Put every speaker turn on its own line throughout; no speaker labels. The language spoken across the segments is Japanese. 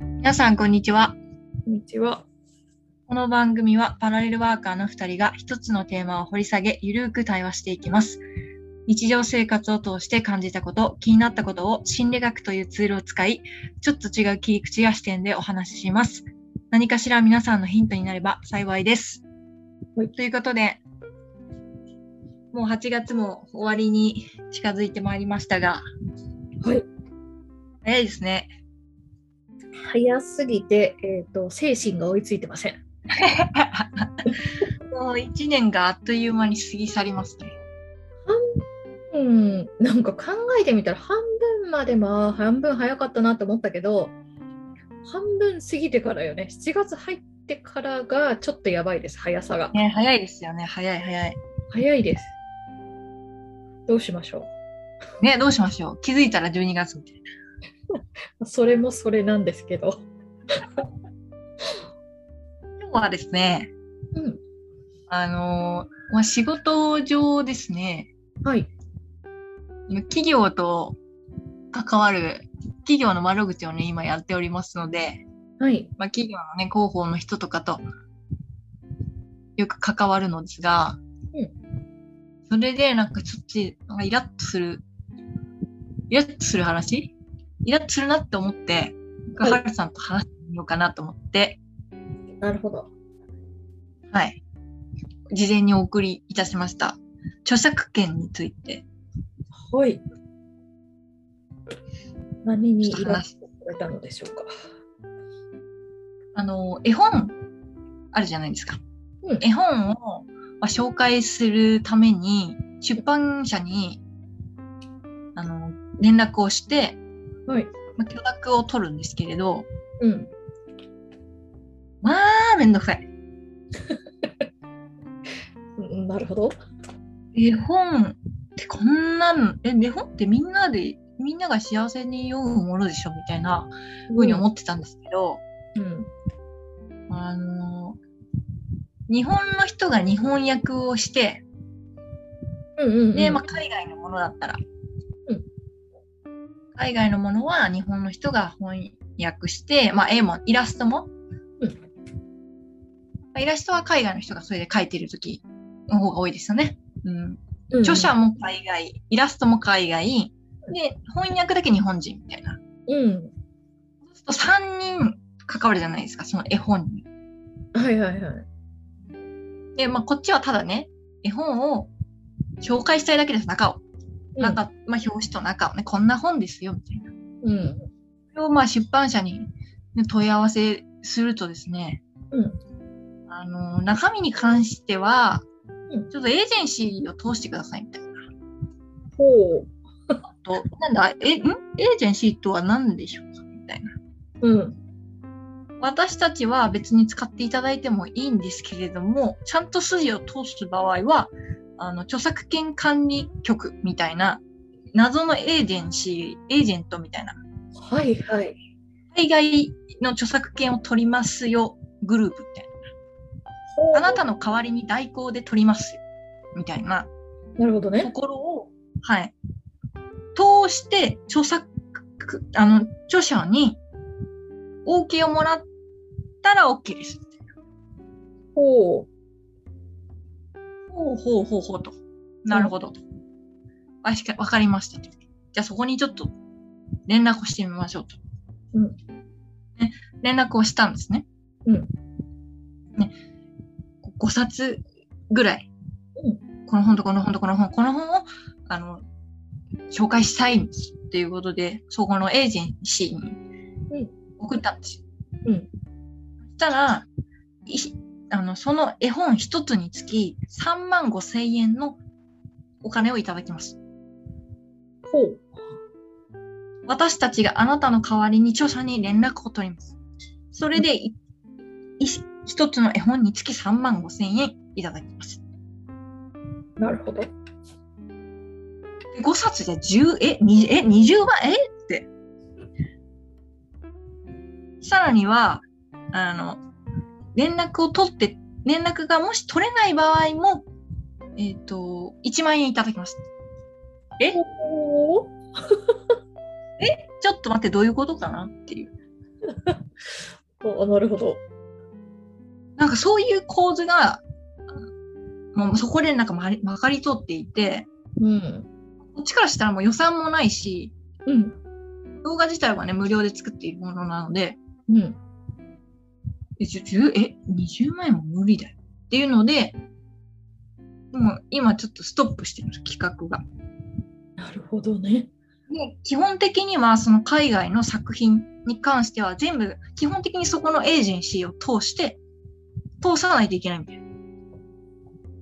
皆さん、こんにちは。
こんにちは。
この番組はパラレルワーカーの2人が一つのテーマを掘り下げ、ゆるーく対話していきます。日常生活を通して感じたこと、気になったことを心理学というツールを使い、ちょっと違う切り口や視点でお話しします。何かしら皆さんのヒントになれば幸いです。
はい
ということで、もう8月も終わりに近づいてまいりましたが、
はい。
早いですね。
早すぎて、えっ、と、精神が追いついてません。
もう1年があっという間に過ぎ去りますね。
うん、なんか考えてみたら、半分までまあ、半分早かったなと思ったけど、半分過ぎてからよね、7月入ってからがちょっとやばいです、速さが。
ね、早いですよね。早い早い。
早いです。どうしましょ
ね、どうしましょう。気づいたら12月みたいな。
う。それもそれなんですけど。
今日はですね、
うん。
あのーまあ、仕事上ですね、
はい。
企業と関わる、企業の窓口をね、今やっておりますので、
はい。
まあ、企業のね、広報の人とかとよく関わるのですが、
うん
それでなんかちょっと、なんかイラッとする、イラッとする話イラッとするなって思って、
はい
はるさんと話してみようかなと思って、
なるほど。
はい。事前にお送りいたしました。著作権について、
はい。何に
ちょっ
イ
と
ラ
話
ストされたのでしょうか。
あの、絵本あるじゃないですか。
うん
絵本を、まあ、紹介するために、出版社に、あの、連絡をして、
はい。
まあ、許諾を取るんですけれど、
うん。
まあ、めんどくさい。
うんなるほど。
絵本ってこんなん、え、絵本ってみんなで、みんなが幸せに読むものでしょみたいなふうに思ってたんですけど、
うん。
あの、日本の人が日本訳をして、
うんうんうん
で、まあ、海外のものだったら、
うん
海外のものは日本の人が翻訳して、まあ、絵もイラストも、
うん
まあイラストは海外の人がそれで描いてる時の方が多いですよね。うん、
うん
著者も海外、イラストも海外、で、翻訳だけ日本人みたいな。
うん。
そうすると3人関わるじゃないですか、その絵本に。
はいはいはい。
で、まあ、こっちはただね、絵本を紹介したいだけです、中を。なんか、まあ、表紙と中をね、こんな本ですよ、みたいな。
うん。
それを、まあ、出版社に、ね、問い合わせするとですね、
うん。
あの、中身に関しては
う、ん
ちょっとエージェンシーを通してください、みたいな。
ほ
あと、なんだ、え、んエージェンシーとは何でしょうかみたいな。
う。うん。
私たちは別に使っていただいてもいいんですけれども、ちゃんと筋を通す場合は、あの、著作権管理局みたいな、謎のエージェンシー、エージェントみたいな、
はいはい。
海外の著作権を取りますよ、グループみたい
ほう
な。あなたの代わりに代行で取りますよ、みたいな
なるほ
と
どね。
ころを、はい。通して、著作、あの、著者に OK をもらったら OK です。
ほう。
ほうほうほうほうと。なるほどと。わしかわかりましたと。じゃあそこにちょっと連絡をしてみましょうと。
うん
ね、連絡をしたんですね。
うん。
ね、5冊ぐらい。
う
この本とこの本とこの本、この本を、あの、紹介したいんですっていうことで、そこのエージェンシー
う
に
ん
送ったんですよ。
うん。
そしたら、いあの、その絵本一つにつき3万5千円のお金をいただきます。
ほう。
私たちがあなたの代わりに著者に連絡を取ります。それでい、い一つの絵本につき3万5千円いただきます。
なるほど。
で5冊じゃ10、え、にえ20万、えって。さらには、あの、連絡を取って、連絡がもし取れない場合も、えっ、と、1万円いただきます。
ほう。
ちょっと待って、どういうことかなっていう。
あなるほど。
なんかそういう構図が、もうそこでなんかまりまかり通っていて、
うん。
こっちからしたらもう予算もないし、
うん。
動画自体はね、無料で作っているものなので、
うん。
え、ちょ、ちょえ、20万円も無理だよ。っていうので、もう今ちょっとストップしてるんです、企画が。
なるほどね。
で、基本的にはその海外の作品に関しては全部、基本的にそこのエージェンシーを通して、通さないといけないみたいな。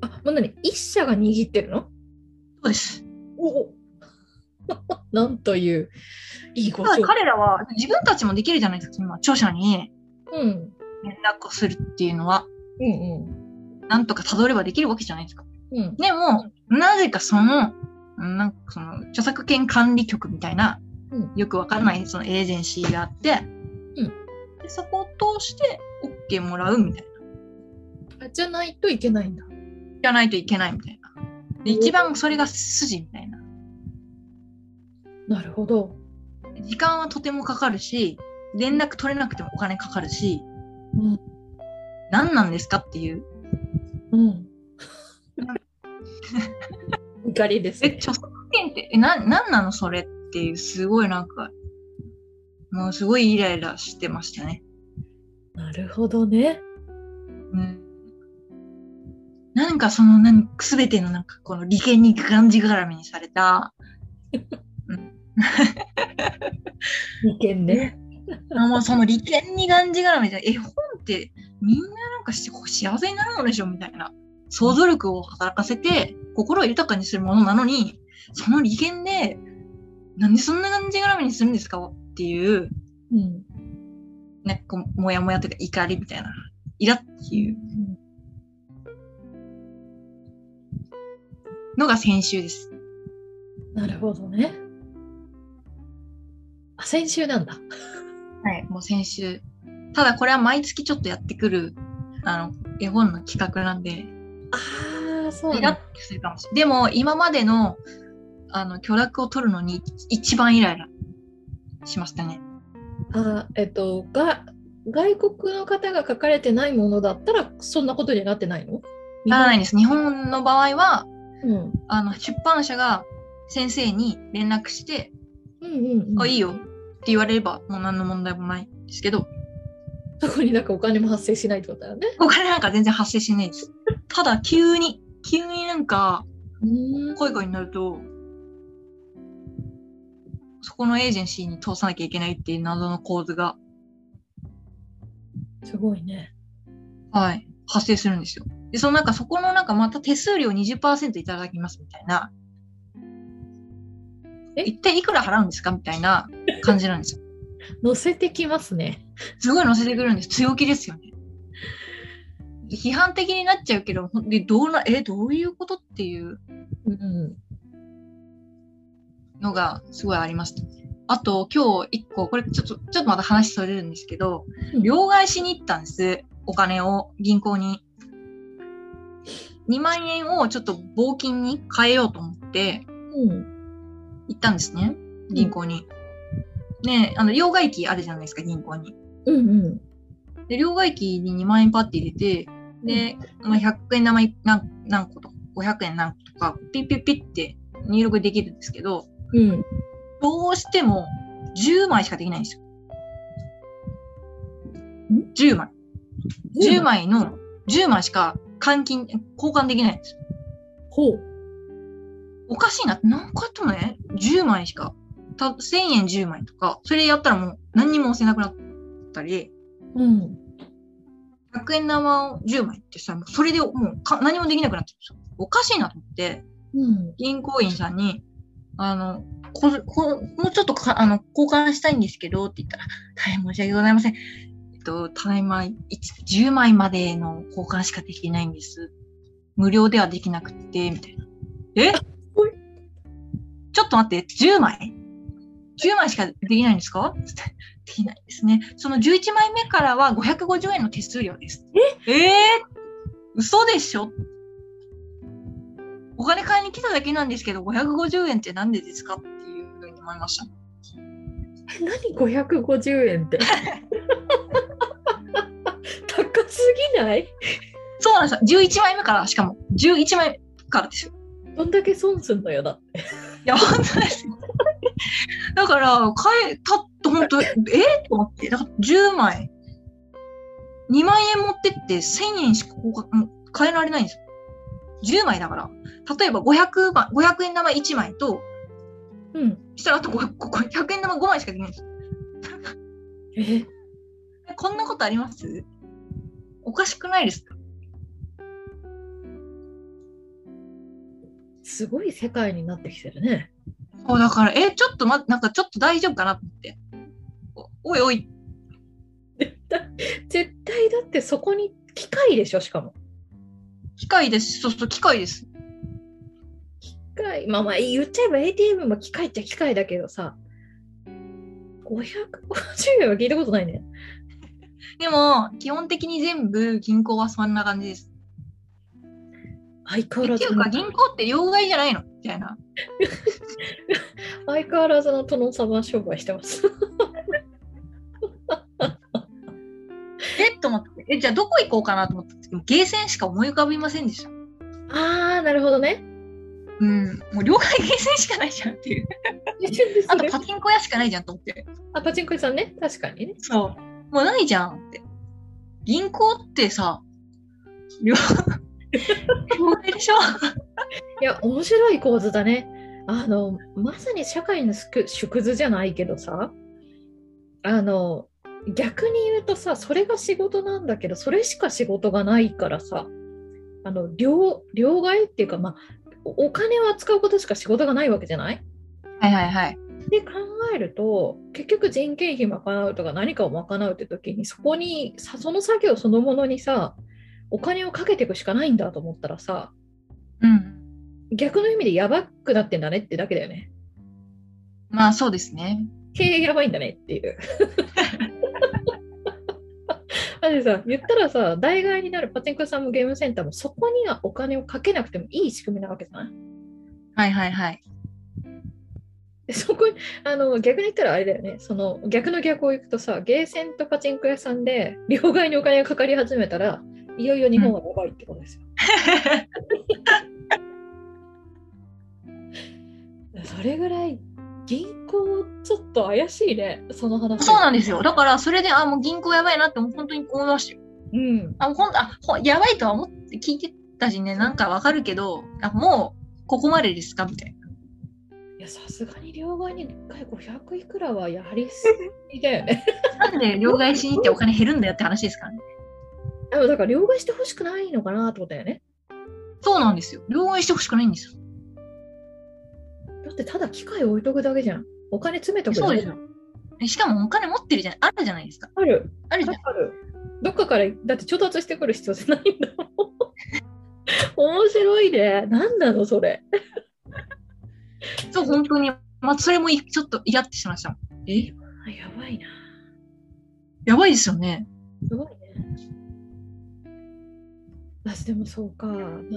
あ、もう何一社が握ってるの
そうです。
おお なんという、いいこ
ただ
と。
彼らは自分たちもできるじゃないですか、その著者に
うん。
連絡をするっていうのは、
うん
なんとか辿ればできるわけじゃないですか。
うん。うん。
でも、なぜかその、なんかその、著作権管理局みたいな
うん、
よくわからないそのエージェンシーがあって、
うん
でそこを通して OK もらうみたいな。
あじゃないといけないんだ。
じゃないといけないみたいな。で、一番それが筋みたいな。
なるほど。
時間はとてもかかるし、連絡取れなくてもお金かかるし、
うん
何なんですかっていう。
うん。 怒りです、
え、
ね。
著作権って、え、な、なんなのそれっていう、すごいなんか、もうすごいイライラしてましたね。
なるほどね。
うん。なんかその、なんすべてのなんかこの利権にがんじがらみにされた、
意見ね。
あもうその利権にがんじがらみじゃ、絵本ってみんななんかしこう幸せになるのでしょみたいな。想像力を働かせて、心を豊かにするものなのに、その利権で、なんでそんながんじがらみにするんですかっていう、
うん。
なんかこう、もやもやというか怒りみたいな。イラっていうのが先週です。
なるほどね。あ、先週なんだ。
はい、もう先週。ただこれは毎月ちょっとやってくる、あの、絵本の企画なんで、
ああ、そ
イラッとするかもしれない。でも、今までの、あの、許諾を取るのに一番イライラしましたね。
あえっと、が、外国の方が書かれてないものだったら、そんなことにはなってないの
ならないです。日本の場合は、
うん。
あの、出版社が先生に連絡して、
うんうん、うん。
あ、いいよって言われれば、もう何の問題もないですけど、
そこになんかお金も発生しないってことだよね。
お金なんか全然発生しないで す。ただ、急に、急になんか、
うん
恋恋になると、そこのエージェンシーに通さなきゃいけないっていう謎の構図が、
すごいね。
はい、発生するんですよ。で、そのなんかそこのなんかまた手数料20%いただきますみたいな。
え
一体いくら払うんですかみたいな感じなんですよ。
乗せてきますね。
すごい乗せてくるんです。強気ですよね。批判的になっちゃうけど、ほんでどうな、え、どういうことっていう
うん。
のがすごいありました。あと、今日一個、これちょっと、ちょっとまた話それるんですけど、両替しに行ったんです。お金を銀行に。2万円をちょっと募金に変えようと思って
うん。
行ったんですね。銀行に。ねえあの、両替機あるじゃないですか、銀行に。
うんうん。
で、両替機に2万円パッて入れて、で、まあ、100円玉い何何個とか、500円何個とか、ピッピッピッって入力できるんですけど、
うん。
どうしても10枚しかできないんですよ。
ん
10枚。10枚の、10枚しか換金、交換できないんですよ。
ほう。
おかしいな。何回やってもね、10枚しか。た1000円10枚とか、それやったらもう何にも押せなくなったり、
うん。
100円玉を10枚ってしたら、もうそれでもうか何もできなくなっちゃうんですよ。おかしいなと思って、
うん。
銀行員さんに、あの、ここもうちょっとかあの交換したいんですけどって言ったら、大変申し訳ございません。えっと、ただいま一10枚までの交換しかできないんです。無料ではできなくて、みたいな。え
ごい
ちょっと待って、10枚 ?10 枚しかできないんですかつってできないですね。その11枚目からは550円の手数料です。ええー、嘘でしょお金買いに来ただけなんですけど、550円ってなんでですかっていうふうに思いました。
え何550円って 高すぎない
そうなんですよ。11枚目から、しかも、11枚目からですよ。
どんだけ損すんだよだって
いや、本当ですよ。だから、買えたって、本当えと思って、だから10枚、2万円持ってって1000円しか交換もう買えられないんですよ。10枚だから、例えば500枚、500円玉1枚と、
うん
そしたらあと500 500円玉5枚しかできないんですよ。
え
こんなことありますおかしくないですか
すごい世界になってきてるね
そうだから、え、ちょっとま、なんかちょっと大丈夫かなと思って。おおいおい、
絶対だってそこに機械でしょしかも
機械です。そうそう、機械です。
機械まあまあ言っちゃえば ATM も機械っちゃ機械だけどさ550円は聞いたことないね
でも、基本的に全部銀行はそんな感じです。
相変
え
わら
ってい
ず
う
の
か、銀行って両替じゃないのみたいな。
相変わらずの殿様商売してます
えっと思って、え、じゃあどこ行こうかなと思ったんですけど、ゲーセンしか思い浮かびませんでした。
ああなるほどね
うん、もう両替ゲーセンしかないじゃんって いう。
一瞬でそ
あと
れ
パチンコ屋しかないじゃんと思って。
あパチンコ屋さんね確かにね
そう。もうないじゃんって。銀行ってさ、両両替でしょ
いや面白い構図だねあのまさに社会の宿縮図じゃないけどさあの逆に言うとさそれが仕事なんだけどそれしか仕事がないからさあの両両替っていうかまあおお金を扱うことしか仕事がないわけじゃない
はいはいはい。
で考えると結局人件費賄うとか何かを賄うって時にそこにさその作業そのものにさお金をかけていくしかないんだと思ったらさ
うん。
逆の意味でやばくなってんだねってだけだよね。
まあそうですね。
経営やばいんだねっていう。だってさ言ったらさ代替になるパチンコ屋さんもゲームセンターもそこにはお金をかけなくてもいい仕組みなわけじゃない
はいはいはい。
でそこにあの逆に言ったらあれだよねその逆の逆を行くとさゲーセンとパチンコ屋さんで両替にお金がかかり始めたらいよいよ日本はやばいってことですよ。それぐらい銀行ちょっと怪しいねその話。
そうなんですよ。だから、それで、あ、もう銀行やばいなって、本当に思いましたよ。
うん
あ、ほんあほ、やばいとは思って聞いてたしね、なんかわかるけど、あ、もう、ここまでですかみたいな。
いや、さすがに両替に1回500いくらはやりすぎだよね。
なんで、両替しに行ってお金減るんだよって話ですからね。
でもだから両替してほしくないのかなってことだよね。
そうなんですよ。両替してほしくないんですよ。
だってただ機械置いとくだけじゃん。お金詰めとくだ
そう
け
ですよ。えしかも、お金持ってるじゃん、あるじゃないですか。
ある。
あるじゃん。
ある。どっかから、だって調達してくる必要じゃないんだ もん。面白いね。何なのそれ。
そう、本当に。まあ、それもい、ちょっと、イラってしましたもん。え
あやばいな。
やばいですよね。
すごいね。私でもそうか、あ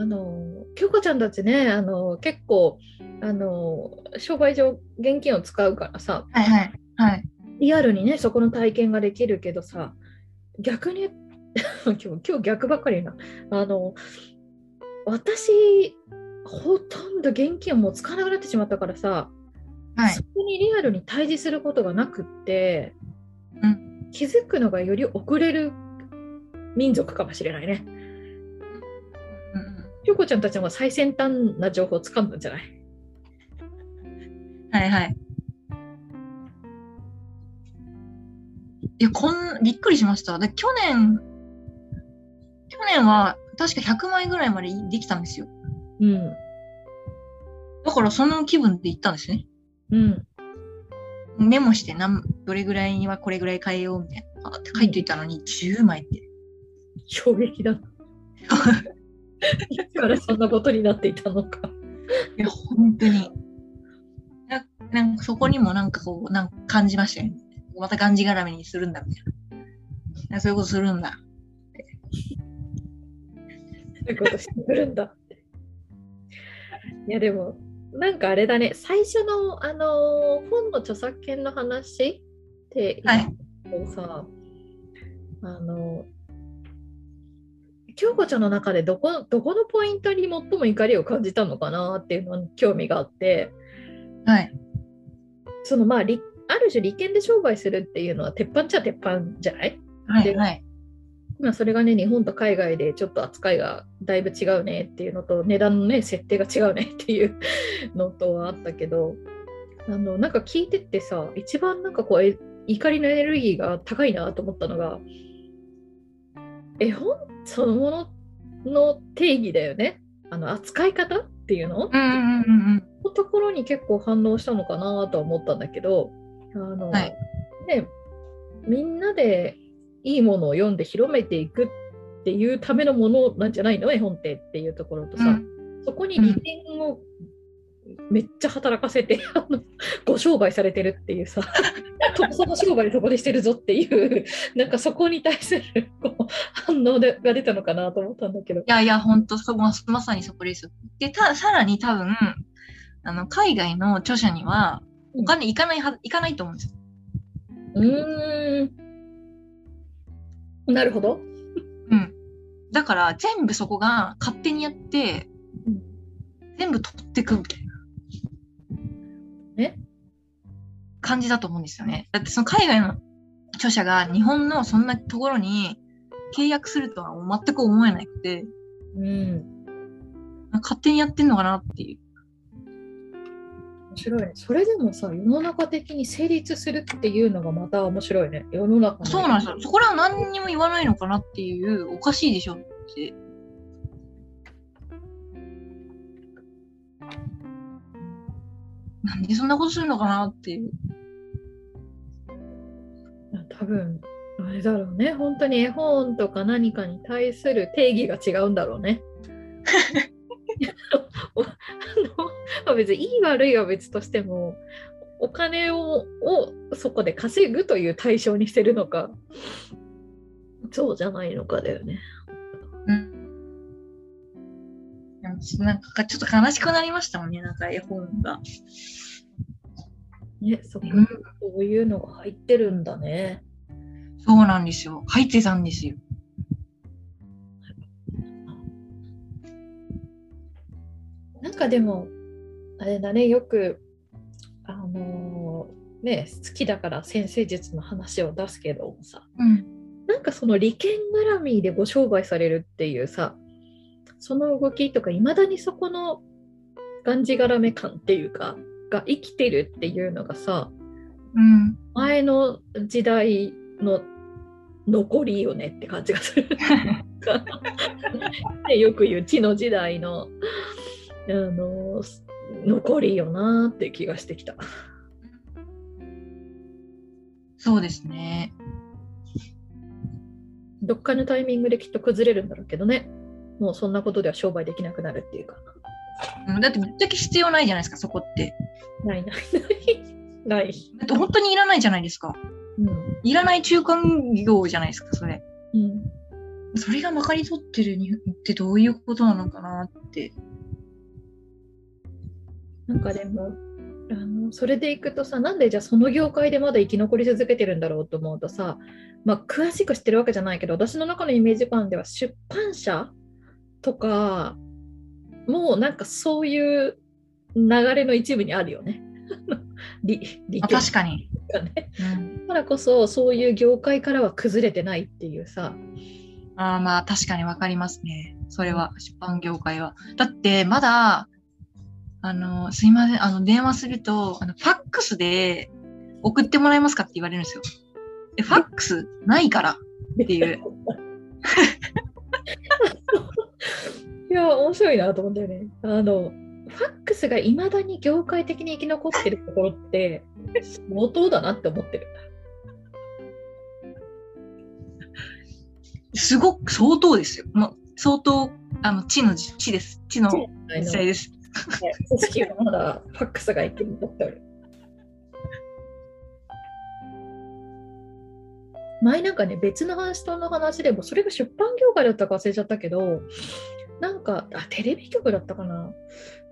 の、京子ちゃんたちね、あの、結構、あの、商売上現金を使うからさ、
はいはい。はい。
リアルにね、そこの体験ができるけどさ、逆に、 今日、今日逆ばっかりな。あの、私、ほとんど現金をもう使わなくなってしまったからさ、
はい
そ。こにリアルに対峙することがなくって、
う
気づくのがより遅れる民族かもしれないね。
うんうん
ひょこちゃんたちの方が最先端な情報をつかんだんじゃない
はいはい。いや、こん、びっくりしました。で、去年、去年は確か100枚ぐらいまでできたんですよ。
うん。
だからその気分で行ったんですね。
うん。
メモして何、どれぐらいにはこれぐらい変えようみたいな。あって書いといたのに10枚って。
衝撃だ。 いつからそんなことになっていたのか。
いや、本当に。ななんかそこにもなんかこう、なんか感じましたよね。またがんじがらめにするんだみたいな。あそういうことするんだ。
そういうことしてくるんだ。いやでもなんかあれだね、最初の、あのー本の著作権の話って
はい
言ったけどさ、あのー京子ちゃんの中でどこどこのポイントに最も怒りを感じたのかなっていうのに興味があって、
はい。
そのまあ、りある種利権で商売するっていうのは鉄板っちゃ鉄板じゃない
はい。はい。
まあそれがね、日本と海外でちょっと扱いがだいぶ違うねっていうのと、値段のね、設定が違うね っていうのとはあったけど、あの、なんか聞いてってさ、一番なんかこう、え怒りのエネルギーが高いなと思ったのが、絵本そのものの定義だよね。あの、扱い方っていうの、
うんうんうんうん。
のところに結構反応したのかなとは思ったんだけどあの、
はい
ね、みんなでいいものを読んで広めていくっていうためのものなんじゃないの絵本ってっていうところとさ、
うん
そこに利点をめっちゃ働かせて、 あのご商売されてるっていうさ とその商売そこでしてるぞっていう なんかそこに対するこう反応でが出たのかなと思ったんだけど
い。やいや、ほんと、そこままさにそこですよ。で、た、さらに多分、あの、海外の著者には、お金いかないは、いかないと思うんですよ。
うーんなるほど。
うん。だから、全部そこが勝手にやって、全部取ってくみたいな。
ね
感じだと思うんですよね。だってその海外の著者が日本のそんなところに契約するとは全く思えなくて、
うん
勝手にやってんのかなっていう。
面白いね。それでもさ、世の中的に成立するっていうのがまた面白いね。世の中の
そうなんですよ。そこらは何にも言わないのかなっていう、おかしいでしょって。なんでそんなことするのかなっていう。
多分、あれだろうね。本当に絵本とか何かに対する定義が違うんだろう ね。おあのまあ別にいい悪いは別としても、お金ををそこで稼ぐという対象にしてるのか、そうじゃないのかだよね。
でもなんかちょっと悲しくなりましたもんね、なんか絵本が。
ね、そこ
うん
そういうのが入ってるんだね。
そうなんですよ。入ってたんですよ。
なんかでもあれだねよくあのーね好きだから先生術の話を出すけどもさ
うん。
なんかその利権絡みでご商売されるっていうさその動きとかいまだにそこのがんじがらめ感っていうかが生きてるっていうのがさ
うん。
前の時代の残りよねって感じがする。 ねよく言う地の時代のあのす残りよなーって気がしてきた。
そうですね。
どっかのタイミングできっと崩れるんだろうけどね。もうそんなことでは商売できなくなるっていうか。
うんだってぶっちゃけ必要ないじゃないですか、そこって。
ないないない。ない。
だって本当にいらないじゃないですか。
うん。
いらない中間業じゃないですか、それ。
うん。
それがまかり通ってるにってどういうことなのかなって。
なんかでも、あのそれでいくとさ、なんでじゃあその業界でまだ生き残り続けてるんだろうと思うとさ、まあ詳しく知ってるわけじゃないけど、私の中のイメージ感では出版社とか、もうなんかそういう流れの一部にあるよね。 理理
あ
系
確かに。
とかね。
うん、
だからこそ、そういう業界からは崩れてないっていうさ、
あーまあ確かにわかりますね。それは、出版業界は。だってまだ、あの、すいません、あの、電話すると、あの、ファックスで送ってもらえますかって言われるんですよ。で、ファックスないから。っていう。
いや、面白いなと思ったよね。あの、ファックスがいまだに業界的に生き残ってるところって、相当だなって思ってる。
すごく相当ですよ。もう相当、あの、地のじ、地です。地の
そうあの
時代です。
組織がまだファックスが生き残っておる。前なんかね、別の話との話でも、それが出版業界だったか忘れちゃったけど、なんかあテレビ局だったかな、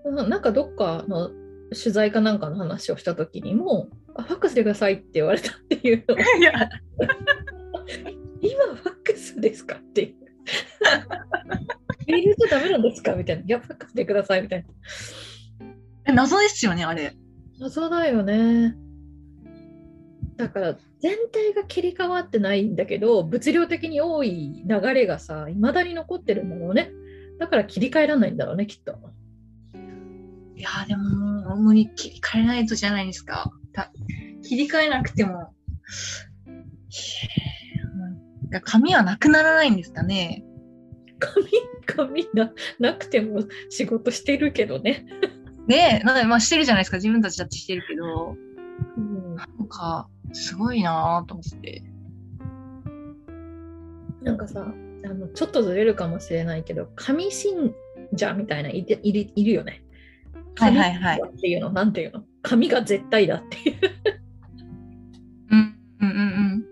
うん、なんかどっかの取材かなんかの話をした時にもあファックスでくださいって言われたっていうの
いや、
今ファックスですかっていうメールじゃダメなんですかみたいないやファックスでくださいみたいな
謎ですよね、あれ。
謎だよねだから全体が切り替わってないんだけど物量的に多い流れがさいまだに残ってるんだろうねだから切り替えられないんだろうねきっと
いやーでももう、無理切り替えないとじゃないですか。た切り替えなくても、なんか紙はなくならないんですかね。
紙紙ななくても仕事してるけどね、
ねえ、なんでまあしてるじゃないですか、自分たちだってしてるけど、
うん、
なんか、すごいなーと思って。
なんかさあのちょっとずれるかもしれないけど紙信者みたいないているいるよね
はい
紙
はいはい
っていうのなんていうの紙が絶対だっていう
うん、うん、うん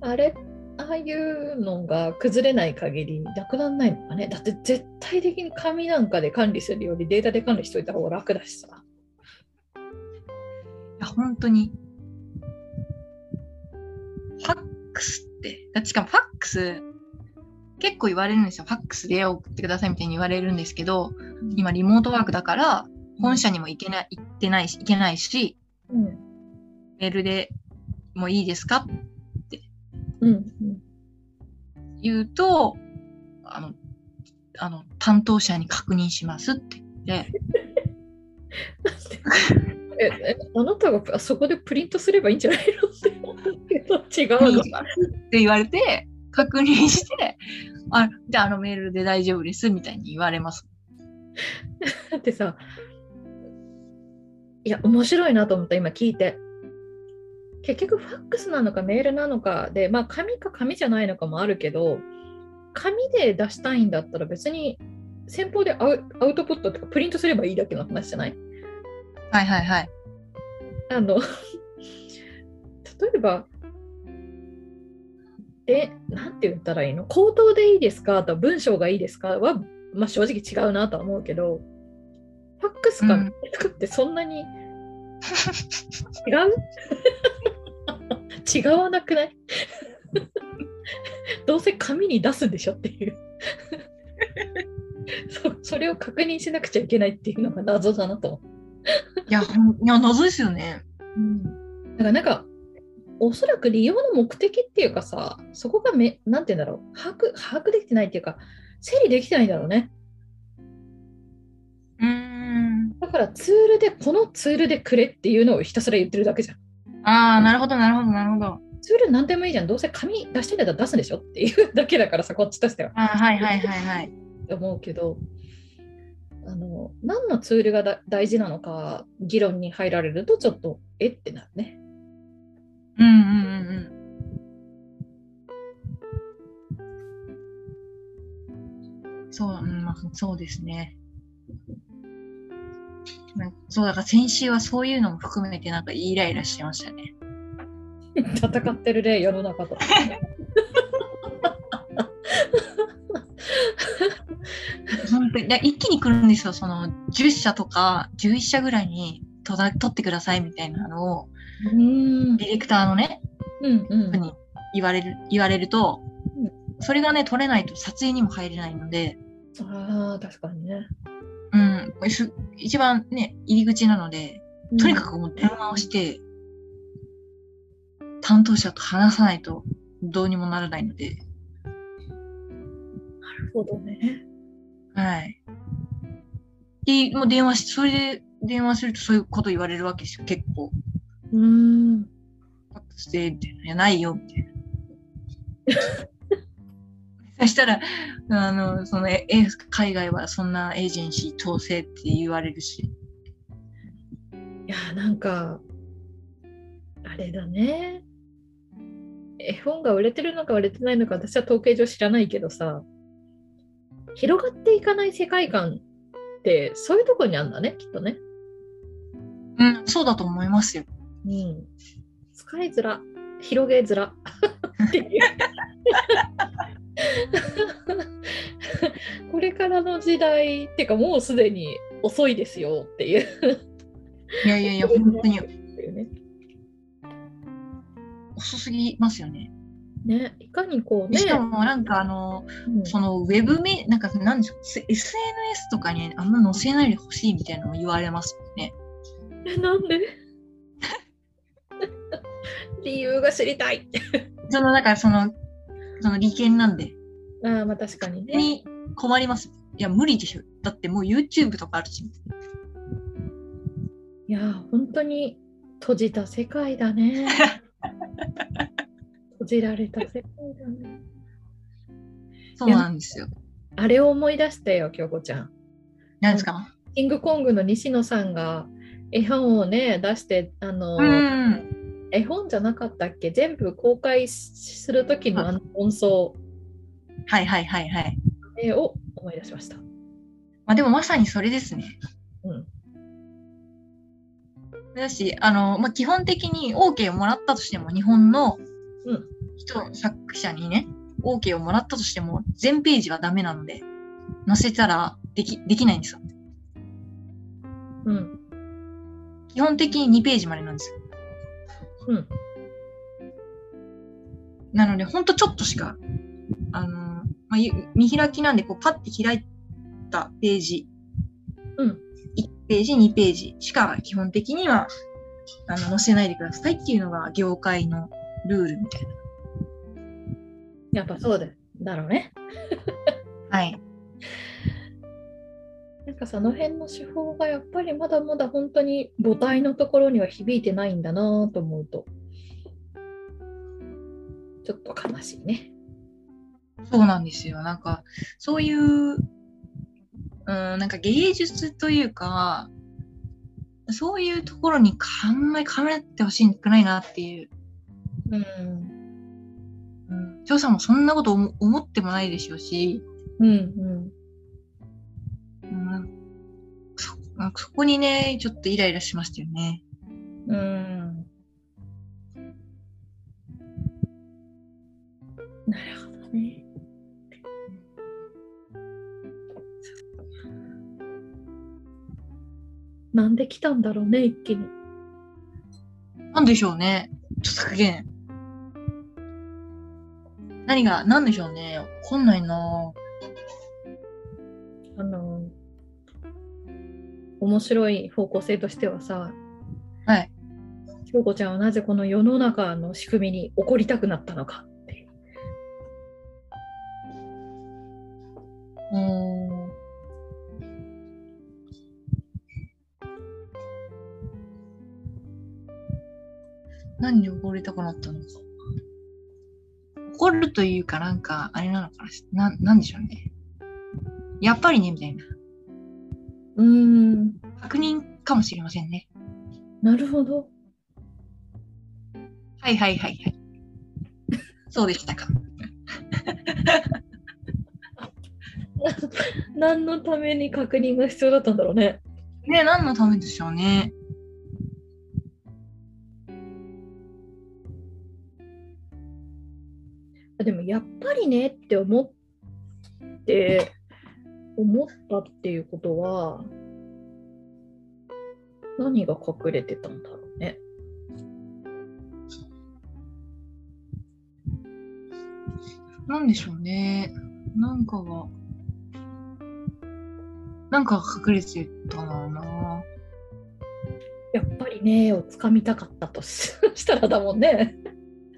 あれああいうのが崩れない限りなくならないのかねだって絶対的に紙なんかで管理するよりデータで管理しといた方が楽だしさ
うん。いや、本当に。ファックスって、だってしかもファックス、結構言われるんですよ。ファックスで送ってくださいみたいに言われるんですけど、今リモートワークだから、本社にも行けない、行ってないし、行けないし、
うん
メールでもいいですかって
うんうん
言うと、あの、あの、担当者に確認しますって言って、
ええあなたがあそこでプリントすればいいんじゃないの って思うけど違うの
って言われて、確認して、あ、じゃああのメールで大丈夫です、みたいに言われます。
だってさいや面白いなと思った今聞いて結局ファックスなのかメールなのかでまあ紙か紙じゃないのかもあるけど紙で出したいんだったら別に先方でアウアウトプットとかプリントすればいいだけの話じゃない
はいはいはい。
あの例えばでなんて言ったらいいの口頭でいいですかと文章がいいですかは、まあ、正直違うなとは思うけどファックスか
うん
メールかってそんなに違う 違わなくない どうせ紙に出すんでしょっていう そそれを確認しなくちゃいけないっていうのが謎だなと、
いや、ほんいや、謎ですよね。
だからなんかおそらく利用の目的っていうかさそこがめなんて言うんだろう把握把握できてないっていうか整理できてないんだろうね
うーん。
だからツールでこのツールでくれっていうのをひたすら言ってるだけじゃん
ああ、なるほど、なるほど、なるほど。
ツール何でもいいじゃんどうせ紙出してんだったら出すんでしょっていうだけだからさこっちとしては
あーはいはいはいはい。
思うけどあの何のツールがだ大事なのか議論に入られるとちょっとえってなるね。
うんうんうんうん。そう、うん、まあ、そうですね。なんかそう、だから先週はそういうのも含めてなんかイライラしてましたね。
戦ってるね世の中と。
本当に、だから一気に来るんですよ。その、10社とか11社ぐらいにとだ取ってくださいみたいなのを、
うん
ディレクターのね、
うんうん
に言われる、言われると
う、
それがね、取れないと撮影にも入れないので、
ああ確かにね。
うん、す一番ね、入り口なので、とにかくもう電話をして、担当者と話さないとどうにもならないので、
なるほどね。
はい。で、もう電話し、それで電話するとそういうこと言われるわけですよ、結構。
うん
ファックスで、みたいな、いやないよ、みたいな。そしたら、あの、その、ええ海外はそんなエージェンシー統制って言われるし、
いやーなんかあれだね。絵本が売れてるのか売れてないのか私は統計上知らないけどさ広がっていかない世界観ってそういうとこにあるんだねきっとね。
うん、そうだと思いますよ。
うん。使いづら、広げづらっていう。 これからの時代っていうかもうすでに遅いですよっていう
いやいやいや、本当に
ね
遅すぎますよね。
ねいかにこうね
し、かもなんかあの、
うん
そのウェブメ、なんかなんでしょう、S- SNS とかにあんま載せないでほしいみたいなのも言われますもんね。
えなんで 理由が知りたい
その、だからその、その利権なんで、
あーまあ確かにね
に困ります。いや、無理でしょ。だってもう YouTube とかあるし。
いやー本当に閉じた世界だ ね閉じられた世界だね
そうなんですよ。
あれを思い出したよ京子ちゃん
なんですか
キングコングの西野さんが絵本をね出してあの、
うん。
絵本じゃなかったっけ全部公開する時のあの音奏
はいはいはいはい。
えーを思い出しました。
まあでもまさにそれですね。
うん
だし、あの、まあ、基本的に OK をもらったとしても、日本の
うん
人、作者にね、OK をもらったとしても、全ページはダメなので、載せたらでき、できないんですよ。
うん
基本的に2ページまでなんですよ。
うん
なので、ほんとちょっとしか、あの、まあ、ゆ見開きなんで、こう、パッて開いたページ、
うん
1ページ、2ページしか基本的には、あの、載せないでくださいっていうのが業界のルールみたいな。
やっぱそうだだろうね。
はい。
なんかその辺の手法がやっぱりまだまだ本当に母体のところには響いてないんだなぁと思うとちょっと悲しいね。
そうなんですよ。なんか、そういう、うん、なんか芸術というか、そういうところにあんまりかめってほしくないなっていう。
うん
うん。翔さんもそんなこと思思ってもないでしょうし、
うんうん
うん、そなんかそこにね、ちょっとイライラしましたよね。
うんなるほどね。なんで来たんだろうね、一気に。
なんでしょうね。著作権。何が、なんでしょうね。わかんないな
あの面白い方向性としてはさ、
はい。
京子ちゃんはなぜこの世の中の仕組みに怒りたくなったのかっていう。
うん。何に怒りたくなったのか。怒るというか、なんか、あれなのかな。な、なんでしょうね。やっぱりね、みたいな。
うーん、
確認かもしれませんね。
なるほど。
はいはいはいはい。そうでしたか。
何のために確認が必要だったんだろうね。
ね何のためでしょうね。
あでもやっぱりねって思って思ったっていうことは何が隠れてたんだろうね。
なんでしょうね。なんかが、なんかが隠れてたのかな。
やっぱりねをつかみたかったとし したらだもんね。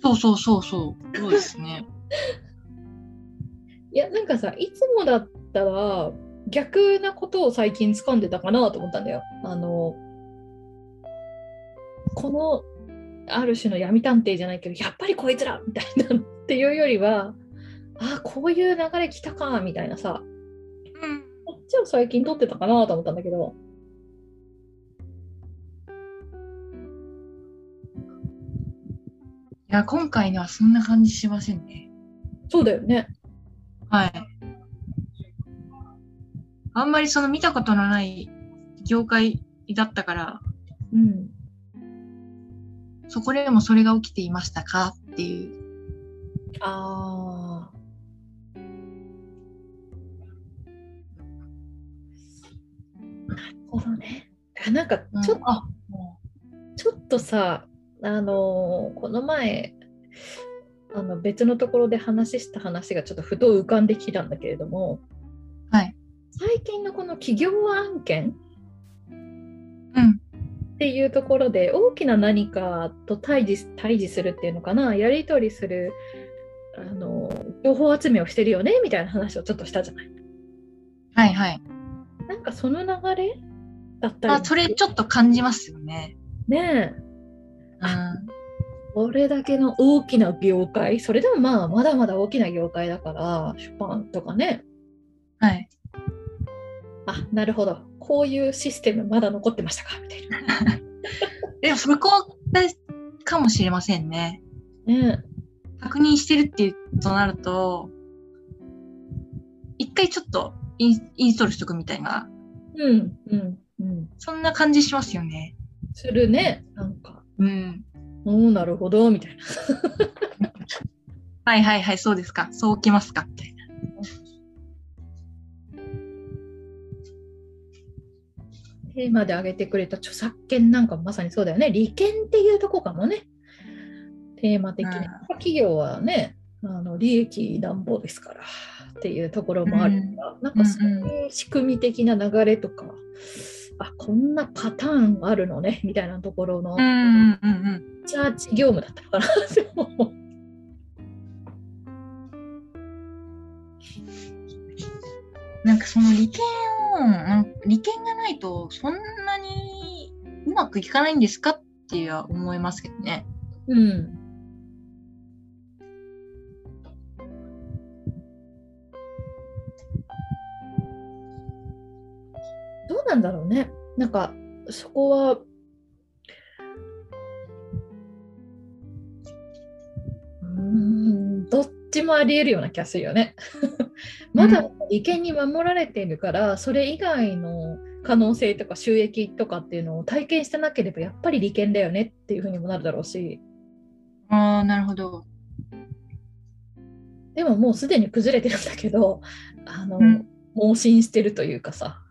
そうそうそうそう。そうですね。
いやなんかさいつもだったら逆なことを最近掴んでたかなと思ったんだよ。あのこのある種の闇探偵じゃないけどやっぱりこいつらみたいなっていうよりはあこういう流れ来たかみたいなさ
うん。
こっちを最近撮ってたかなと思ったんだけど
いや、今回のはそんな感じしませんね。
そうだよね
はい。あんまりその見たことのない業界だったから、
うん
そこでもそれが起きていましたかっていう。
ああほどね。あなんかちょ,、
うんあも
ちょっとさ、あのーこの前あの別のところで話した話がちょっとふと浮かんできたんだけれども、
はい、
最近のこの企業案件
ううん
っていうところで大きな何かと対峙対峙するっていうのかなやり取りするあの情報集めをしてるよねみたいな話をちょっとしたじゃない
はいはい
なんかその流れだったり
あそれちょっと感じますよね
ねえ
うん
これだけの大きな業界それでもまあまだまだ大きな業界だから出版とかね
はい
あなるほどこういうシステムまだ残ってましたかみたいな
でもそこでかもしれませんね
ね
確認してるっていうとなると一回ちょっとインインストールしとくみたいな
えうんうんうん
そんな感じしますよね
するねなんか
うん
おおなるほどみたいな
はいはいはいそうですかそうきますかみたいな
テーマで挙げてくれた著作権なんかもまさにそうだよね。利権っていうとこかもね。テーマ的に。
うん
企業はね、あの利益なんぼですからっていうところもあるから、なんかそういう仕組み的な流れとか、あこんなパターンあるのねみたいなところの、
うんうんうんうん
チャーチ業務だったのかなでも
なんかその利権を、なん利権がないとそんなにうまくいかないんですかっては思いますけどね。
うん。どうなんだろうね。なんかそこは。うーんどっちもありえるような気がするよね。 まだ利権に守られているから、それ以外の可能性とか収益とかっていうのを体験してなければやっぱり利権だよねっていうふうにもなるだろうし。
ああ、なるほど。
でももうすでに崩れてるんだけど、あの、
うん
盲信してるというかさ、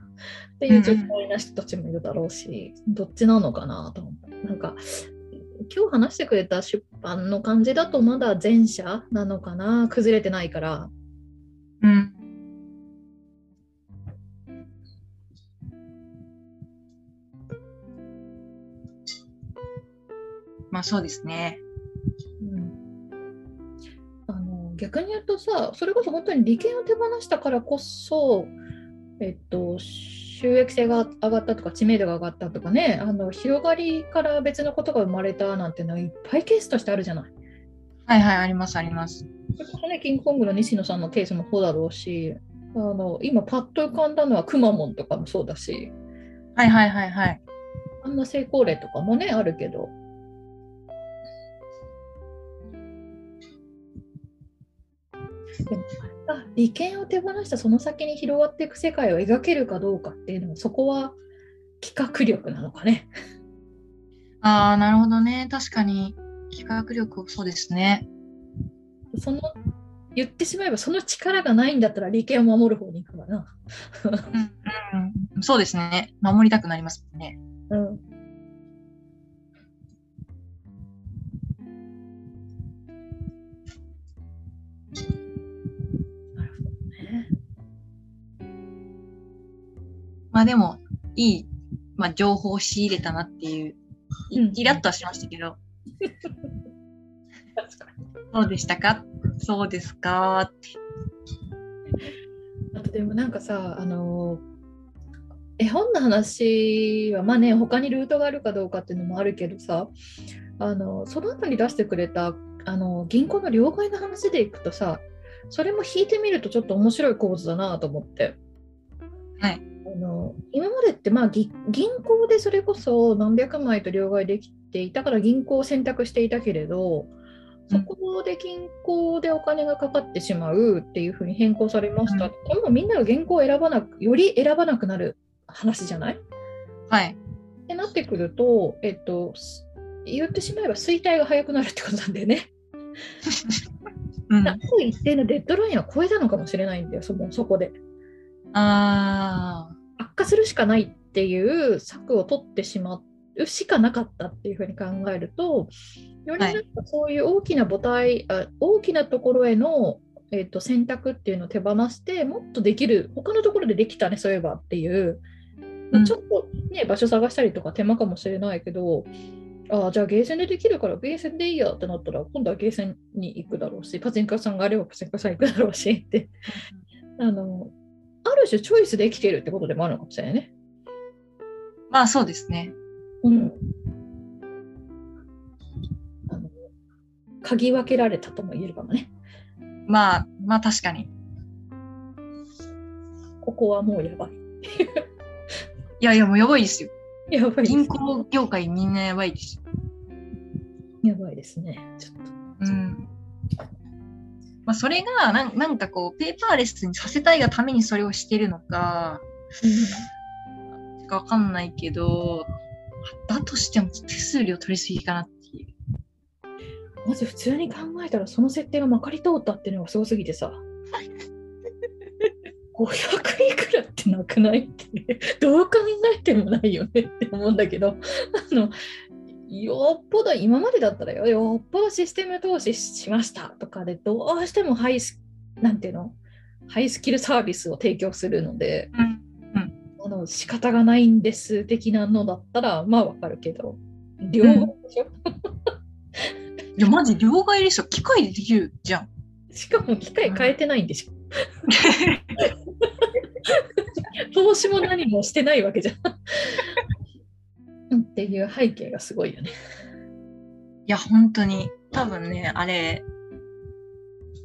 っていう状態な人たちもいるだろうし、どっちなのかなと思う。なんか、今日話してくれた出版の感じだとまだ前者なのかな、崩れてないから。
うん。まあそうですね。
うんあの逆に言うとさそれこそ本当に利権を手放したからこそ、えっと、収益性が上がったとか知名度が上がったとかねあの広がりから別のことが生まれたなんてのはいっぱいケースとしてあるじゃない。
はいはい、ありますあります。
それこそねキングコングの西野さんのケースもそうだろうしあの今パッと浮かんだのはくまモンとかもそうだし
はいはいはいはい。
あんな成功例とかもねあるけどでもあ利権を手放したその先に広がっていく世界を描けるかどうかっていうのもそこは企画力なのかね。
ああ、なるほどね。確かに、企画力、そうですね。
その言ってしまえばその力がないんだったら利権を守る方に行くわな。
うん、うん、そうですね。守りたくなりますもんね。
うん、なるほどね。
まあでも、いい、まあ、情報を仕入れたなっていう、い
うん
イラッとはしましたけど、
確かに
そうでしたかそうですかって。
あとでもなんかさ、あの絵本の話はまあね他にルートがあるかどうかっていうのもあるけどさあのその後に出してくれたあの銀行の両替の話でいくとさそれも引いてみるとちょっと面白い構図だなと思って。
はい
あの今までって、まあ、ぎ銀行でそれこそ何百枚と両替できていたから銀行を選択していたけれどそこで銀行でお金がかかってしまうっていうふうに変更されました、
う
でもみんなが銀行を選ばなくより選ばなくなる話じゃない
はい。
ってなってくると、えっと、す言ってしまえば衰退が早くなるってことなんだよね。
うん。
あ
あ
る一定のデッドラインは超えたのかもしれないんだよ、そもそこで。
あ
悪化するしかないっていう策を取ってしまうしかなかったっていうふうに考えるとよりなんかそういう大きな母体、あ大きなところへの、えー、と選択っていうのを手放してもっとできる他のところでできたねそういえばっていう、
うん
ちょっとね場所探したりとか手間かもしれないけどああじゃあゲーセンでできるからゲーセンでいいやってなったら今度はゲーセンに行くだろうしパチンコ屋さんがあればパチンコ屋さん行くだろうしってあのある種チョイスできてるってことでもあるのかもしれないね。
まあそうですね。
うん、あの嗅ぎ分けられたとも言えるかもね。
まあ、まあ確かに。
ここはもうやばい。
いやいや、もうやばいですよ。
やばいです
銀行業界みんなやばいですよ。
やばいですね。ちょっと
うん。まあそれがなん、なんかこう、ペーパーレスにさせたいがためにそれをしてるのか、かわかんないけど、だとしても手数料取りすぎかなっていう。
まず普通に考えたらその設定がまかり通ったっていうのがすごすぎてさ。500いくらってなくないってどう考えてもないよねって思うんだけどあのよっぽど今までだったらよよっぽどシステム投資しましたとかでどうしてもハイスなんていうのハイスキルサービスを提供するので
うん。
あの仕方がないんです的なのだったらまあわかるけど両方でしょ、
いや、マジ両替ですよ。機械でできる じゃん。
しかも機械変えてないんでしょ、投資も何もしてないわけじゃんっていう背景がすごいよね
いや、本当に。多分ね、あれ、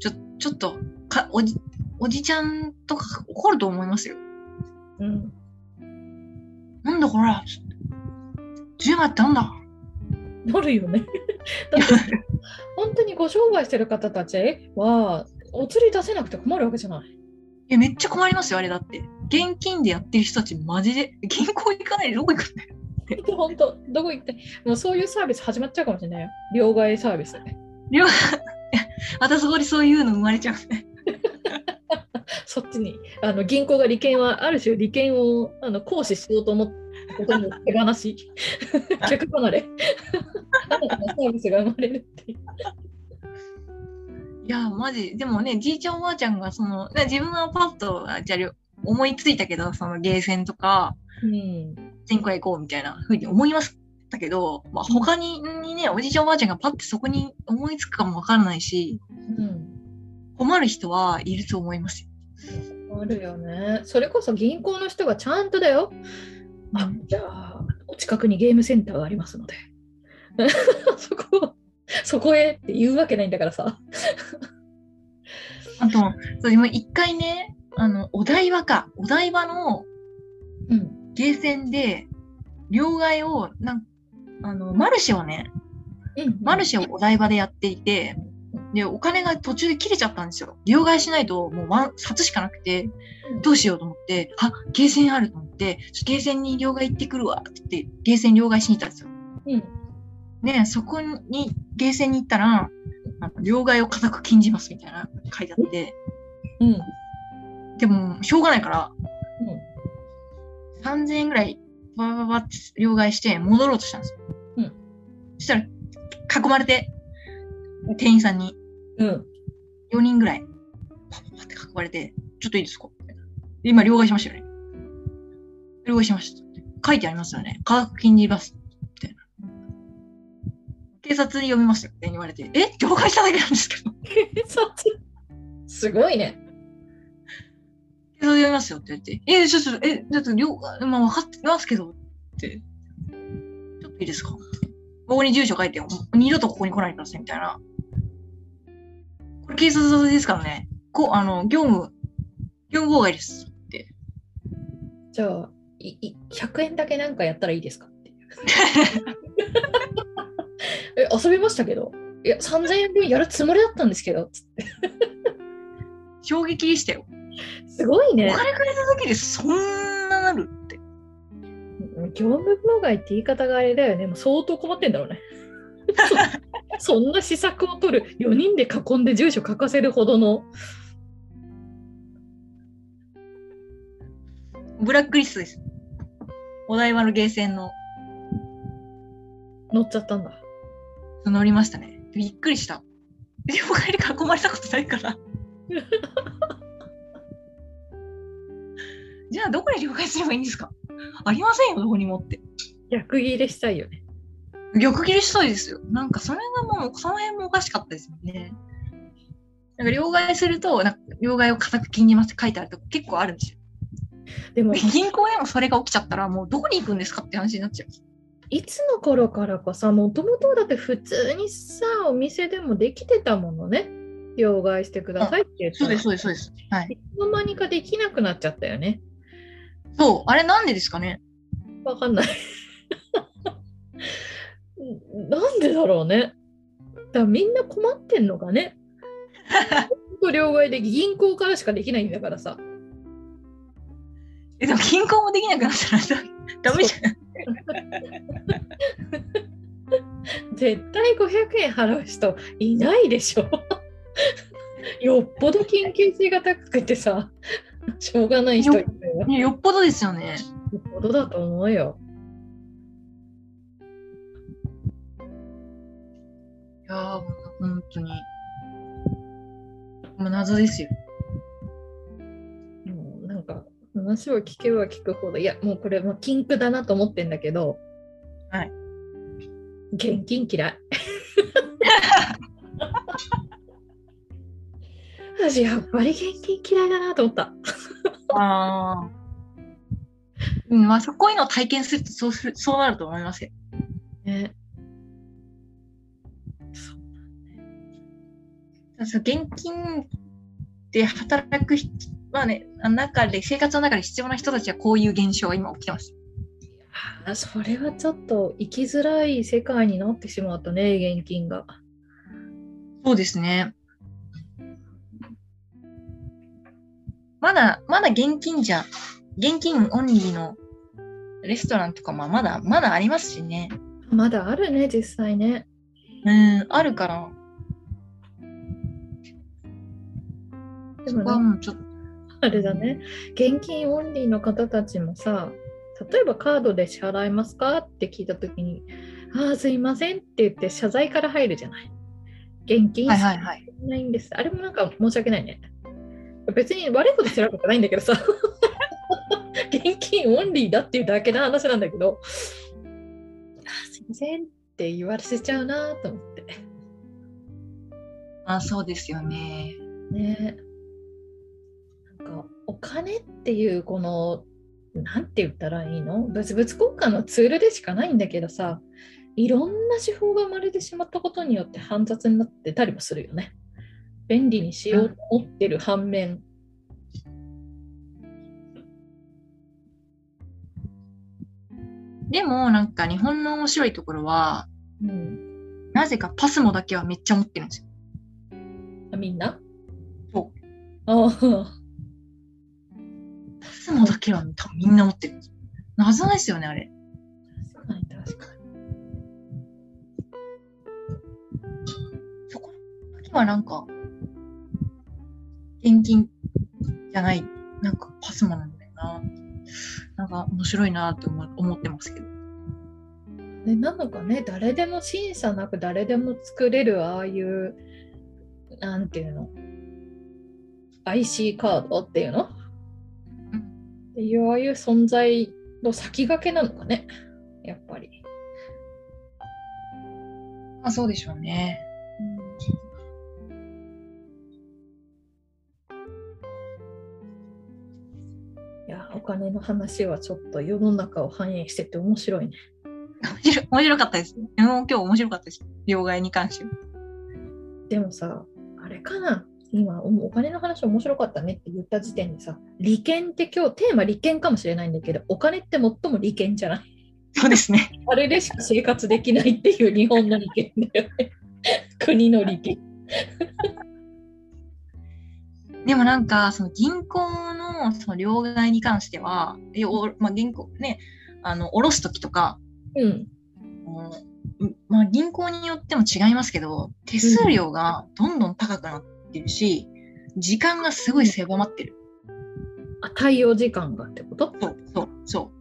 ちょ、ちょっと、か、おじ、おじちゃんとか怒ると思いますよ。
うん
なんだこら10万ってなんだ
なるよね だって本当にご商売してる方たちはお釣り出せなくて困るわけじゃない
え、めっちゃ困りますよ、あれだって。現金でやってる人たち、マジで、銀行行かないでどこ行くんだよ。
本当どこ行ってもうそういうサービス始まっちゃうかもしれないよ両替サービスね
両 いやまたそこにそういうの生まれちゃうね。
そっちにあの銀行が利権はある種利権をあの行使しようと思ったことの手放し 客離れ新たなサービスが生まれるっていう。
いや、マジ。でもね、じいちゃんおばあちゃんが、その、ね自分はパッと、あじゃあ、思いついたけど、そのゲーセンとか、
うん
全国へ行こうみたいなふうに思いましたけど、まあ、他ににね、おじいちゃんおばあちゃんがパッてそこに思いつくかもわからないし、
うん
困る人はいると思いますよ。
あるよね。それこそ銀行の人がちゃんとだよ。あじゃあ、お近くにゲームセンターがありますので、 そこ、そこへって言うわけないんだからさ。
あと、そう今一回ね、あの、お台場か、お台場の
うん、
ゲーセンで、両替を、なんあの、マルシェをね、
うん
マルシェをお台場でやっていて、で、お金が途中で切れちゃったんですよ。両替しないと、もうワン、札しかなくて、どうしようと思って、あ、ゲーセンあると思って、ちょっとゲーセンに両替行ってくるわって言って、ゲーセン両替しに行ったんですよ。
うん
ね、そこに、ゲーセンに行ったら、あの両替を固く禁じますみたいな書いてあって、
うんうん
でも、しょうがないから、3000円ぐらい、ババババって両替して、戻ろうとしたんですよ。
うん
そしたら、囲まれて、店員さんに、
うん
4人ぐらい、パパパって囲まれて、ちょっといいですかみたいなで今、両替しましたよね。両替しました。書いてありますよね。価格金利ます。みたいな。警察に呼びましたよって言われて、え両替しただけなんですけど。
警察すごいね。
警察呼びますよって言って、え、ちょっと、え、ちょっと、両替、まあ、分かってますけど、って。ちょっといいですかここに住所書いて、もう二度とここに来ないでください、みたいな。これ警察ですからね。こう、あの、業務、業務妨害です。って。
じゃあいい100円だけなんかやったらいいですかっていう え遊びましたけどいや3000円分やるつもりだったんですけどつって
衝撃でしたよ。
すごい
お
ね
金借りただけでそんななるって。
業務妨害って言い方があれだよねもう相当困ってんだろう ねそそんな施策を取る4人で囲んで住所書かせるほどの
ブラックリストです。お台場のゲーセンの、
乗っちゃったんだ。
乗りましたね。びっくりした。でも帰り囲まれたことない から。じゃあ、どこで了解すればいいんですかありませんよ、どこにもって。
逆ギレしたいよね。
逆切れしたいですよ。なんかそれがもう、その辺もおかしかったですよね。なんか両替すると、なんか両替を固く禁じますって書いてあるとこ結構あるんですよ。
でも
で、銀行でもそれが起きちゃったら、もうどこに行くんですかって話になっちゃう。
いつの頃からかさ、もともとだって普通にさ、お店でもできてたものね。両替してくださいって言った
そう
ら、
で
い
す、そうです、そうです。はい。
つの間にかできなくなっちゃったよね。
そう、あれなんでですかね
わかんない。 なんでだろうね。だからみんな困ってんのかね。ほんと両替で銀行からしかできないんだからさ。
え、でも銀行もできなくなったらさ、ダメじゃん。
絶対500円払う人いないでしょ。 よっぽど緊急性が高くてさ、しょうがない人いるよ。
いやよっぽどですよね。
よっぽどだと思うよ。
いやー、もう本当に。もう謎ですよ。
もうなんか話を聞けば聞くほどいやもうこれもう禁句だなと思ってんだけど
はい
現金 嫌い私やっぱり現金嫌いだなと思った
ああ。うん、まあ、そこいうのを体験すると、そうする、そうなると思いますよ。
ね
そう現金で働く人、まあね、あの中で、生活の中で必要な人たちはこういう現象が今起きてます。
あーそれはちょっと生きづらい世界になってしまったね現金が
そうですね。まだ、まだ現金じゃ、現金オンリーのレストランとかもまだ、まだありますしね。
まだあるね実際ね
うん、あるから、
で
そ
も
こは
ね
もうちょっと、
あれだね、現金オンリーの方たちもさ、例えばカードで支払いますかって聞いたときに、ああ、すいませんって言って謝罪から入るじゃない。現金
はいはいはい。
ないんです。あれもなんか申し訳ないね。別に悪いことしてるわけじゃないんだけどさ、 現金オンリーだっていうだけの話なんだけど、あーすいませんって言わせちゃうなと思って。
まあそうですよね。
ねなんかお金っていうこのなんて言ったらいいの物々交換のツールでしかないんだけどさいろんな手法が生まれてしまったことによって煩雑になってたりもするよね便利にしようと思ってる反面、
でもなんか日本の面白いところは、
うん
なぜかパスモだけはめっちゃ持ってるんですよ。
あみんな
そ
ああ
パスモだけは多分みんな持ってるんですよ。謎ですよね、あれ。
確かに確か
そこだけはなんか、現金じゃない、なんかパスモなんだよな。なんか面白いなって思思ってますけど。
にでなのかね誰でも審査なく誰でも作れるああいうなんていうの IC カードっていうのっていうああいう存在の先駆けなのかねやっぱり、
まあそうでしょうね。
いやお金の話はちょっと世の中を反映してて面白いね
面白い面白かったです。もう今日面白かったです。両替に関しては。
でもさあれかな今おお金の話面白かったねって言った時点でさ利権って今日テーマ利権かもしれないんだけどお金って最も利権じゃない
そうですね。
あれでしか生活できないっていう日本の利権だよね国の利権
でもなんか、その銀行のその両替に関しては、えおまあ、銀行ね、あの、下ろすときとか、
うん
もううんまあ、銀行によっても違いますけど、手数料がどんどん高くなってるし、時間がすごい狭まってる。
あ対応時間がってこと
そう、そう、そ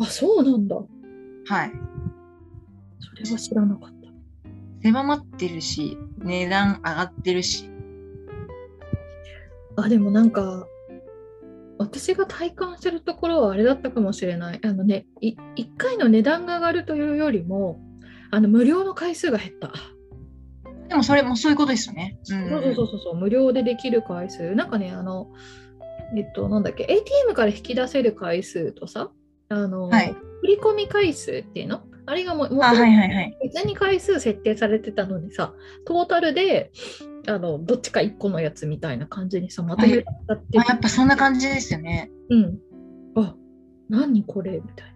あ、そうなんだ。
はい。
それは知らなかった。
狭まってるし、値段上がってるし。
あでもなんか私が体感してるところはあれだったかもしれないあのねい1回の値段が上がるというよりもあの無料の回数が減った、
でもそれもそういうことですよね。うん。
そうそうそうそう無料でできる回数なんかねあのえっとなんだっけ ATM から引き出せる回数とさあの、
はい
振り込み回数っていうのあれがもうもう
あ、はいはいはい。
別に回数設定されてたのにさトータルであのどっちか1個のやつみたいな感じにさまとめたって
まあ、やっぱそんな感じですよね。
うん。あ、何これみたい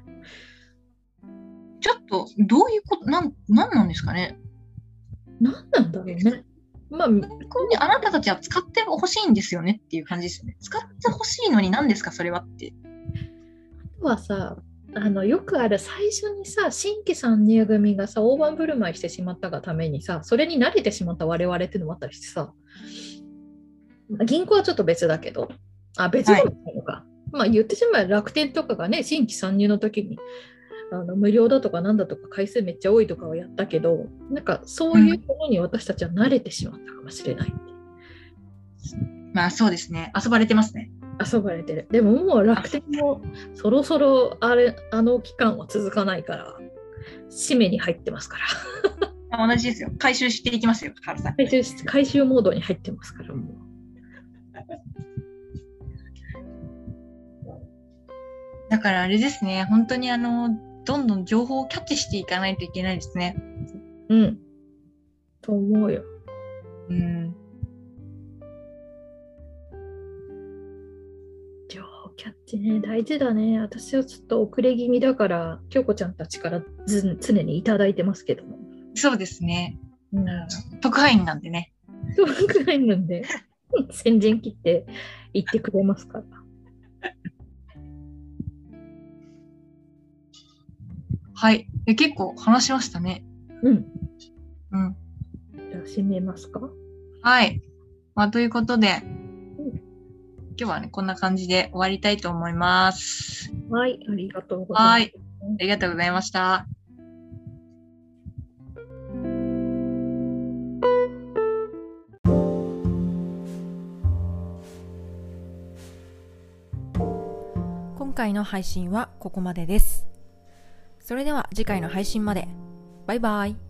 ちょっと、どういうこと、なん、なんなんですかね。
な。何なんだろうね。まあ、
本当にあなたたちは使ってほしいんですよねっていう感じですよね。使ってほしいのに何ですか、それはって。
あとはさ、あのよくある最初にさ新規参入組がさ大盤振る舞いしてしまったがためにさそれに慣れてしまった我々っていうのもあったりしてさ銀行はちょっと別だけどあ別でもないのか、まあ言ってしまえば楽天とかがね新規参入の時にあの無料だとかなんだとか回数めっちゃ多いとかはやったけどなんかそういうものに私たちは慣れてしまったかもしれない、
まあそうですね。遊ばれてますね。
遊ばれてるでももう楽天もそろそろあれあの期間は続かないから締めに入ってますから
あ同じですよ。回収していきますよ、カールさん。
回収し回収モードに入ってますからも
だからあれですね。本当にあの、どんどん情報をキャッチしていかないといけないですね。
ううんと思うよ
うん。
情報キャッチね大事だね私はちょっと遅れ気味だから京子ちゃんたちからず常にいただいてますけども、
そうですね。
うん、
特派員なんでね。
そうくらいなんで 先陣切って行ってくれますから
はい。で結構話しましたね。
うん
うん。
じゃあ締めますか
はい。まあ、ということで、今日はね、こんな感じで終わりたいと思います。
はいありがとうございます
はい。ありがとうございました。
今回の配信はここまでです。それでは次回の配信まで。バイバイ。